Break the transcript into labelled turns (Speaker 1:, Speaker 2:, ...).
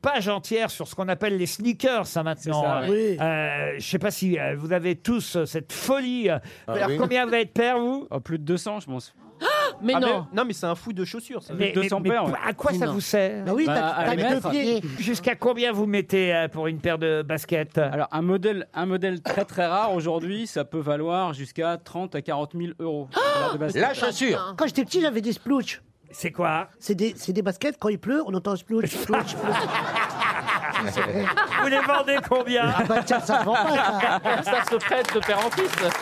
Speaker 1: page entière sur ce qu'on appelle les sneakers, ça maintenant.
Speaker 2: ça, ouais. Oui.
Speaker 1: Euh, je sais pas si euh, vous avez tous euh, cette folie. Alors,
Speaker 2: Ah oui.
Speaker 1: combien vous êtes paire, vous
Speaker 2: Oh, plus de 200, je pense.
Speaker 3: Mais
Speaker 2: Ah,
Speaker 3: non.
Speaker 2: non, mais c'est un fou de chaussures. Ça.
Speaker 1: Mais-
Speaker 2: 200
Speaker 1: mais- mais
Speaker 2: paires. ouais.
Speaker 1: à quoi ça
Speaker 3: Non.
Speaker 1: vous sert
Speaker 4: Bah oui,
Speaker 2: Bah,
Speaker 4: t'as-
Speaker 2: à
Speaker 4: t'as
Speaker 2: les
Speaker 4: deux
Speaker 2: mettre.
Speaker 4: pieds.
Speaker 1: Jusqu'à combien vous mettez euh, pour une paire de baskets
Speaker 2: Alors, un modèle, un modèle très très rare aujourd'hui, ça peut valoir jusqu'à 30 à 40 000 euros. de basket.
Speaker 5: La chaussure.
Speaker 4: Quand j'étais petit, j'avais des splouches.
Speaker 1: C'est quoi
Speaker 4: C'est des, c'est des baskets, quand il pleut, on entend splouch, splouch, splouch.
Speaker 1: Vous les vendez combien
Speaker 4: Ah bah tiens, ça se vend pas, ça.
Speaker 3: Ça se prête de père en fils.